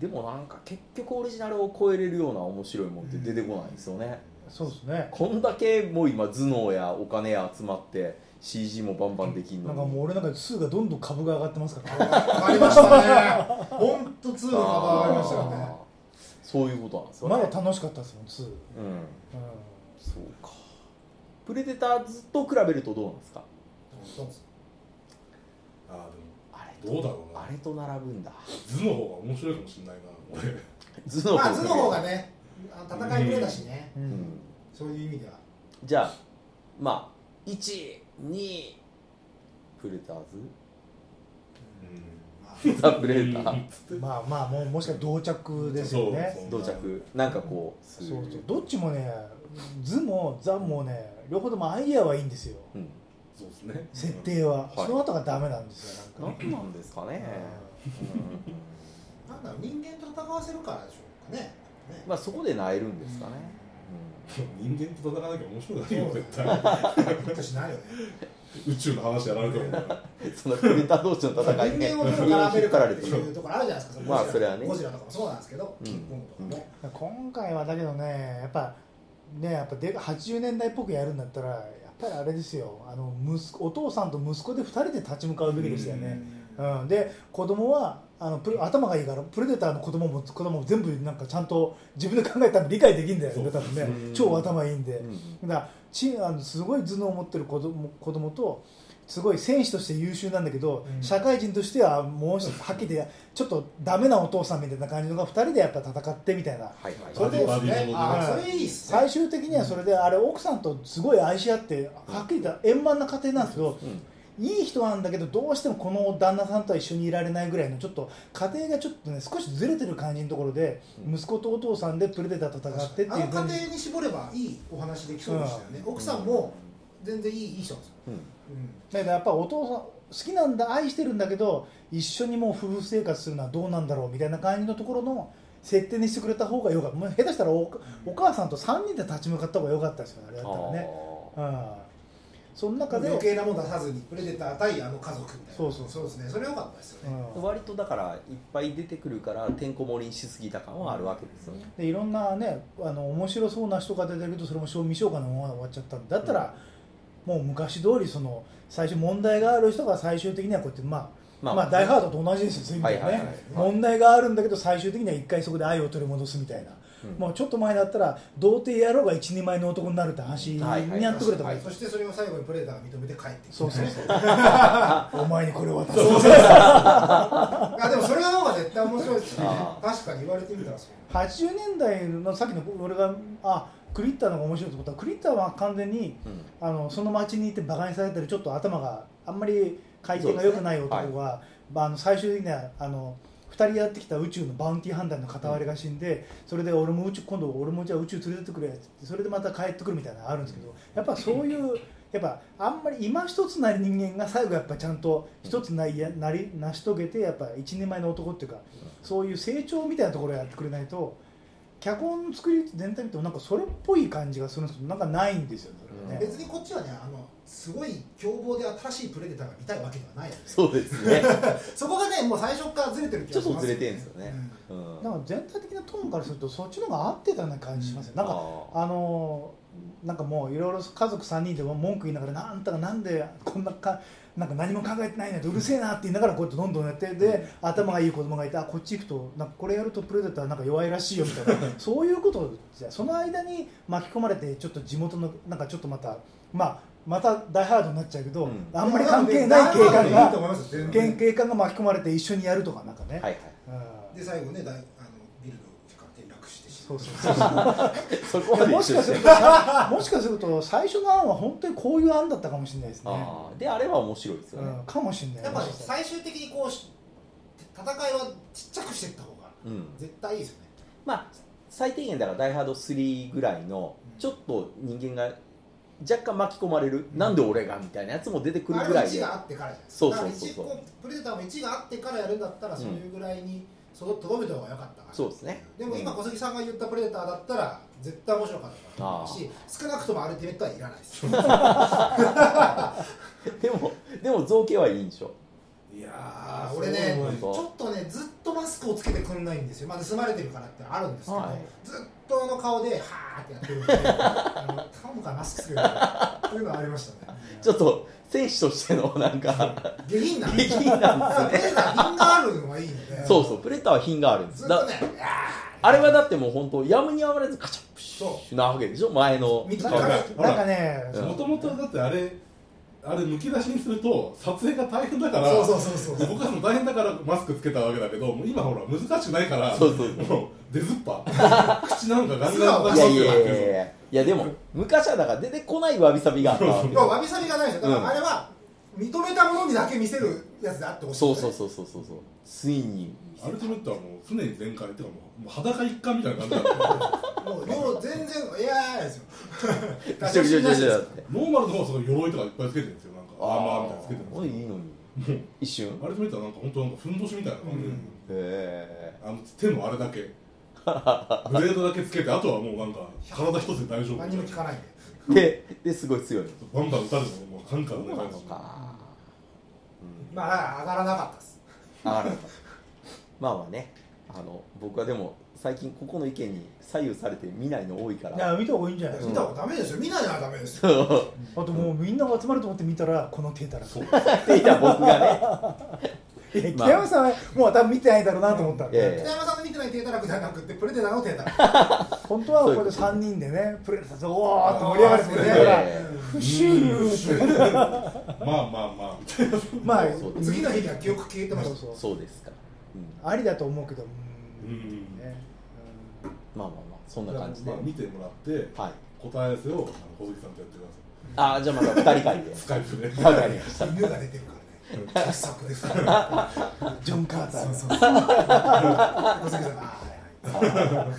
Speaker 1: でもなんか結局オリジナルを超えれるような面白いもんって出てこないんですよね、
Speaker 3: そうですね
Speaker 1: こんだけもう今頭脳やお金や集まって CG もバンバンできんの
Speaker 3: なん
Speaker 1: に
Speaker 3: かもう俺なんか数がどんどん株が上がってますから、ね、
Speaker 4: 上がりましたね本当2の幅上がりましたよね
Speaker 1: あーそういうことなんですよね
Speaker 3: まだ楽しかったですもん2、う
Speaker 1: う
Speaker 3: ん、
Speaker 1: んそうかプレデターズと比べるとどうなんですか
Speaker 4: そうです
Speaker 2: あ
Speaker 1: あれ
Speaker 2: ーでもどうだろうな
Speaker 1: あれと並ぶんだ
Speaker 2: 図の方が面白いかもしれないな俺
Speaker 1: 図の
Speaker 4: まあ図の方が
Speaker 1: ね、
Speaker 4: ねあの戦いプレーだしね、
Speaker 3: う
Speaker 1: うんん、
Speaker 4: そういう意味では
Speaker 1: じゃあまあ12プレデター
Speaker 4: まあ
Speaker 1: ズ ザ・プレデター
Speaker 3: まあまあもうもしかしたら同着ですよね
Speaker 2: そう
Speaker 1: 同着なんかこう
Speaker 3: そ
Speaker 1: す
Speaker 3: う
Speaker 1: る
Speaker 3: そうどっちもね図もザもね両方ともアイデアはいいんですよ
Speaker 1: うん
Speaker 2: そうですね
Speaker 3: 設定は、
Speaker 1: い
Speaker 3: その後がダメなんですよなんか、
Speaker 1: 何なんですかね、うん
Speaker 4: なんだろう人間と戦わせるからでしょうかね ね
Speaker 1: まあそこで泣えるんですかね、
Speaker 2: 人間と戦わなきゃ面白くないよ絶対
Speaker 4: ヒットしないよね
Speaker 2: 宇宙の話やられてもね
Speaker 1: うん そのプレデター同士の戦いね
Speaker 4: 人間をどう絡めるかって
Speaker 1: 人間を引っ張ら
Speaker 4: いうところあるじゃないですか
Speaker 1: まあ
Speaker 4: のゴジラ
Speaker 1: それはね
Speaker 4: ゴジラとかもそうなんですけど、
Speaker 1: うん
Speaker 4: キングコングとかもね、
Speaker 3: 今回はだけどねやっぱねやっぱで80年代っぽくやるんだったらやっぱりあれですよあの息子お父さんと息子で2人で立ち向かうべきでしたよね、うんで子供はあのプレ頭がいいからプレデターの子供も子供も全部なんかちゃんと自分で考えたら理解できるんだよね多分ね
Speaker 1: うん
Speaker 3: 超頭いいんで、
Speaker 1: うん
Speaker 3: だからちあのすごい頭脳を持ってる子供子供とすごい選手として優秀なんだけど、
Speaker 4: うん
Speaker 3: 社会人としてはもうしはっきり言ってちょっとダメなお父さんみたいな感じのが2人でやっぱ戦ってみたいな
Speaker 1: はいはい
Speaker 4: それで
Speaker 2: バディバディものでね
Speaker 4: あーそれいいっすね
Speaker 3: 最終的にはそれであれ奥さんとすごい愛し合ってはっきり言った円満な家庭なんですけど
Speaker 1: うん
Speaker 3: いい人なんだけどどうしてもこの旦那さんとは一緒にいられないぐらいのちょっと家庭がちょっとね少しずれてる感じのところで
Speaker 1: うん
Speaker 3: 息子とお父さんでプレデターと戦ってって
Speaker 4: あ
Speaker 3: い
Speaker 4: の
Speaker 3: う感じ
Speaker 4: 家庭に絞ればいいお話できそうでしたよね、奥さんも全然いいいい人なんですよ、
Speaker 1: うん
Speaker 4: うん
Speaker 3: だけどやっぱお父さん好きなんだ愛してるんだけど一緒にもう夫婦生活するのはどうなんだろうみたいな感じのところの設定にしてくれた方がよかったもう下手したらおお母さんと3人で立ち向かった方が良かったですよねあれだったらねうんその中で
Speaker 4: 余計なもの出さずにプレデター対あの家族みたいな
Speaker 3: そうそう
Speaker 4: そうですねそれ良かったです
Speaker 3: う
Speaker 4: よね、
Speaker 1: あー
Speaker 3: ん
Speaker 1: 割とだからいっぱい出てくるからてんこ盛りにしすぎた感はあるわけですよね、
Speaker 3: でいろんなねあの面白そうな人が出てるとそれも賞味消化のまま終わっちゃったんだったら、もう昔通りその最初問題がある人が最終的にはこうやってまあまあ、ダイハードと同じですよ、そういう意味ではね、
Speaker 1: はいはいはい
Speaker 3: 問題があるんだけど、最終的には一回そこで愛を取り戻すみたいな、
Speaker 1: うん
Speaker 3: もうちょっと前だったら、童貞野郎が一人前の男になるって話に
Speaker 1: はいはい
Speaker 3: やってくれた
Speaker 4: は
Speaker 3: ら、
Speaker 4: いそしてそれを最後にプレデターが認めて帰ってきて
Speaker 3: そうそうそう、お前にこれを渡す、
Speaker 4: あでもそれの方が絶対面白いですね
Speaker 1: あ
Speaker 4: 確かに言われてみたらそう
Speaker 3: 80年代のさっきの俺が、あクリッターの方が面白いと思ったら、クリッターは完全に
Speaker 1: うん
Speaker 3: あのその町に行って馬鹿にされてるちょっと頭があんまり回転が良くない男が、
Speaker 1: そうです
Speaker 3: まあ、あの最終的にはあの2人やってきた宇宙のバウンティー判断の片割れが死んで、それで俺も宇宙今度俺もじゃあ宇宙連れてってくれって言ってそれでまた帰ってくるみたいなのあるんですけどやっぱそういうやっぱあんまり今一つない人間が最後やっぱちゃんと一つないやなり成し遂げてやっぱ一人前の男っていうかそういう成長みたいなところをやってくれないと脚本の作り全体見てもなんかそれっぽい感じがするんですけどなんかないんですよねそれね
Speaker 4: 別にこっちはねあのすごい凶暴で新しいプレデターが見たいわけではないので
Speaker 1: そうですね
Speaker 4: そこがねもう最初からずれてる気
Speaker 1: ちょ
Speaker 4: が
Speaker 1: っ
Speaker 4: します
Speaker 1: とずれてるんですよね、うん
Speaker 3: なんか全体的なトーンからするとそっちの方が合ってたような感じしますよ、なん
Speaker 1: あ
Speaker 3: か
Speaker 1: ー
Speaker 3: あのーなんかもういろいろ家族3人で文句言いながらなんあんたがなんでこんなかなんか何も考えてないなんてうるせえなって言いながらこうやってどんどんやってで頭がいい子供がいてあこっち行くとなんかこれやるとプレデターなんか弱いらしいよみたい なそういうことじゃその間に巻き込まれてちょっと地元のなんかちょっとまたまあまた大ハードになっちゃうけど、
Speaker 1: うん
Speaker 3: あんまり関係ない警
Speaker 4: まあ
Speaker 3: 官
Speaker 4: まあいいと思い
Speaker 3: が
Speaker 4: ます全然
Speaker 3: 警官が巻き込まれて一緒にやるとかなんかね、
Speaker 1: はいはい
Speaker 3: うん
Speaker 4: で最後ねだいあのビルの上から転落してし
Speaker 3: そ
Speaker 4: ま
Speaker 3: う
Speaker 4: う
Speaker 3: そうそう
Speaker 1: そこ
Speaker 3: い
Speaker 1: ま
Speaker 3: や
Speaker 1: で
Speaker 3: もしかするとさもしかすると最初の案は本当にこういう案だったかもしれないですね、
Speaker 1: あーであれば面白いですよね
Speaker 3: うん、かもしれない
Speaker 4: やっぱ、ね、
Speaker 3: もしかしたら
Speaker 4: 最終的にこうし戦いはちっちゃくしていった方が
Speaker 1: うん、
Speaker 4: 絶対いいですよね
Speaker 1: まあ最低限だから「ダイ・ハード3」ぐらいのちょっと人間が若干巻き込まれる、なんで俺がみたいなやつも出てくるぐら
Speaker 4: あれも
Speaker 1: いで
Speaker 4: 1があってからじゃないです
Speaker 1: そう
Speaker 4: だ
Speaker 1: そ
Speaker 4: か
Speaker 1: う
Speaker 4: ら
Speaker 1: そう
Speaker 4: 一
Speaker 1: そう
Speaker 4: こうプレデターも1があってからやるんだったらそういうぐらいにそのとどめた方が良かったから
Speaker 1: そうですね
Speaker 4: でも今
Speaker 1: うん
Speaker 4: 小杉さんが言ったプレデターだったら絶対面白かったと思うし少なくともアルティメットはいらないです
Speaker 1: でもでも造形はいいんでしょ
Speaker 2: いや
Speaker 4: あ
Speaker 2: ー
Speaker 4: ー俺ね
Speaker 2: そう思
Speaker 1: 本
Speaker 2: う
Speaker 4: ち
Speaker 1: 当
Speaker 4: ょっとねずっとマスクをつけてくんないんですよまあ盗まれてるからってのはあるんですけど、
Speaker 1: はい
Speaker 4: ずっとあの顔ではーってやってるんであの頼むからマスクつけてくれというのはありましたね
Speaker 1: ちょっと選手としてのなんか
Speaker 4: 下 品なん
Speaker 1: 下
Speaker 4: で
Speaker 1: 品なん
Speaker 4: だから
Speaker 1: で
Speaker 4: プ
Speaker 1: すね
Speaker 4: レデター品があるのがいいので
Speaker 1: そうそうプレターは品があるんで
Speaker 4: ず
Speaker 1: す
Speaker 4: っと
Speaker 1: だ
Speaker 4: ね
Speaker 1: あれはだってもう本当やむにやまれずカチャップシ
Speaker 4: そ
Speaker 1: ュなわけでしょ前の
Speaker 4: 見て
Speaker 3: な
Speaker 4: た
Speaker 3: んか
Speaker 2: らほら
Speaker 3: なんかね、
Speaker 1: うん
Speaker 2: もともとだってあれあれむき出しにすると撮影が大変だから
Speaker 4: そうそうそうそう
Speaker 2: 動かすの大変だからマスクつけたわけだけどもう今ほら難しくないから
Speaker 1: そうそう
Speaker 2: もう出ずっ ぱ口なんかガンガン動か
Speaker 1: い
Speaker 2: し
Speaker 1: や
Speaker 2: て
Speaker 1: いやい
Speaker 2: る
Speaker 1: やいやいやでも昔はだから出てこないわびさびがあったわけで
Speaker 4: まあわびさびがないですよだか
Speaker 1: うん
Speaker 4: らあれは認めたものにだけ見せるやつであってほしい
Speaker 1: そうそう
Speaker 4: う
Speaker 1: そうそうそうそうついに
Speaker 2: アルティメットはもう常に全開っていうかもうもう裸一貫みたいな感じだった
Speaker 4: もう両全然いやーですよ
Speaker 1: びしょびしょびしょびしょだって
Speaker 2: ノーマルの方はその鎧とかいっぱいつけてるんですよなんかアーマーみたいなのつけてる
Speaker 1: あー
Speaker 2: ん
Speaker 1: いい
Speaker 2: です
Speaker 1: のに一瞬
Speaker 2: けどアルティメットはなんか本当なんかふんどしみたいな感じで、
Speaker 4: うん
Speaker 1: へ
Speaker 2: あの手もあれだけブレードだけつけてあとはもうなんか体一つで大丈夫
Speaker 4: 何も聞かないんで
Speaker 1: えでですごい強い
Speaker 2: バンバン打たれてももうカンカン
Speaker 1: そう
Speaker 2: な
Speaker 1: な
Speaker 2: 感
Speaker 1: の
Speaker 2: じ
Speaker 1: かうん
Speaker 4: まあ上がらなかったです
Speaker 1: あなるほどまあまあねあの僕はでも最近ここの意見に左右されて見ないの多いか
Speaker 3: いや
Speaker 1: ら
Speaker 3: 見た方がいいんじゃないです
Speaker 4: 見
Speaker 3: か、
Speaker 4: たらダメですよ見ないならダメですよ
Speaker 3: あともうみんなが集まると思って見たらこの手たら
Speaker 2: そう
Speaker 1: っていた僕がね
Speaker 3: いや
Speaker 1: まあ
Speaker 3: 北山さんはもう多分見てないだろうなと思ったんで、
Speaker 1: ええ
Speaker 4: 北山さんの見てない低たらくじゃなくてプレデターの低たら
Speaker 3: 本当はこれで3人でねプレゼントおおーって盛り上がるんです
Speaker 1: え
Speaker 3: よだから
Speaker 1: え
Speaker 3: 不臭
Speaker 2: まあまあまあみたいな
Speaker 3: まあ
Speaker 1: そう
Speaker 4: 次の日には記憶消えてまし
Speaker 3: そ
Speaker 4: た
Speaker 3: うそう
Speaker 1: そうですか、うん、
Speaker 3: ありだと思うけどう
Speaker 2: うんん
Speaker 3: ねうん
Speaker 1: まあまあまあそんな感じで、
Speaker 2: まあ見てもらって
Speaker 1: はい
Speaker 2: 答え合わせをあの小杉さんとやってください
Speaker 1: あーじゃあまた2人 会で
Speaker 2: スカイプで
Speaker 1: わかりました
Speaker 4: 犬が出てるからね傑作ですから
Speaker 3: ジョン・カーター
Speaker 4: そうそ
Speaker 3: が
Speaker 4: うそう小杉さんがあーはいはい
Speaker 1: まあま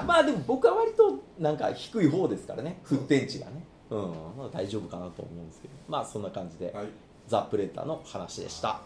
Speaker 1: あまあでも僕は割となんか低い方ですからね沸点値がねうんまあ大丈夫かなと思うんですけどまあそんな感じで、
Speaker 2: はい
Speaker 1: ザ・プレーターの話でした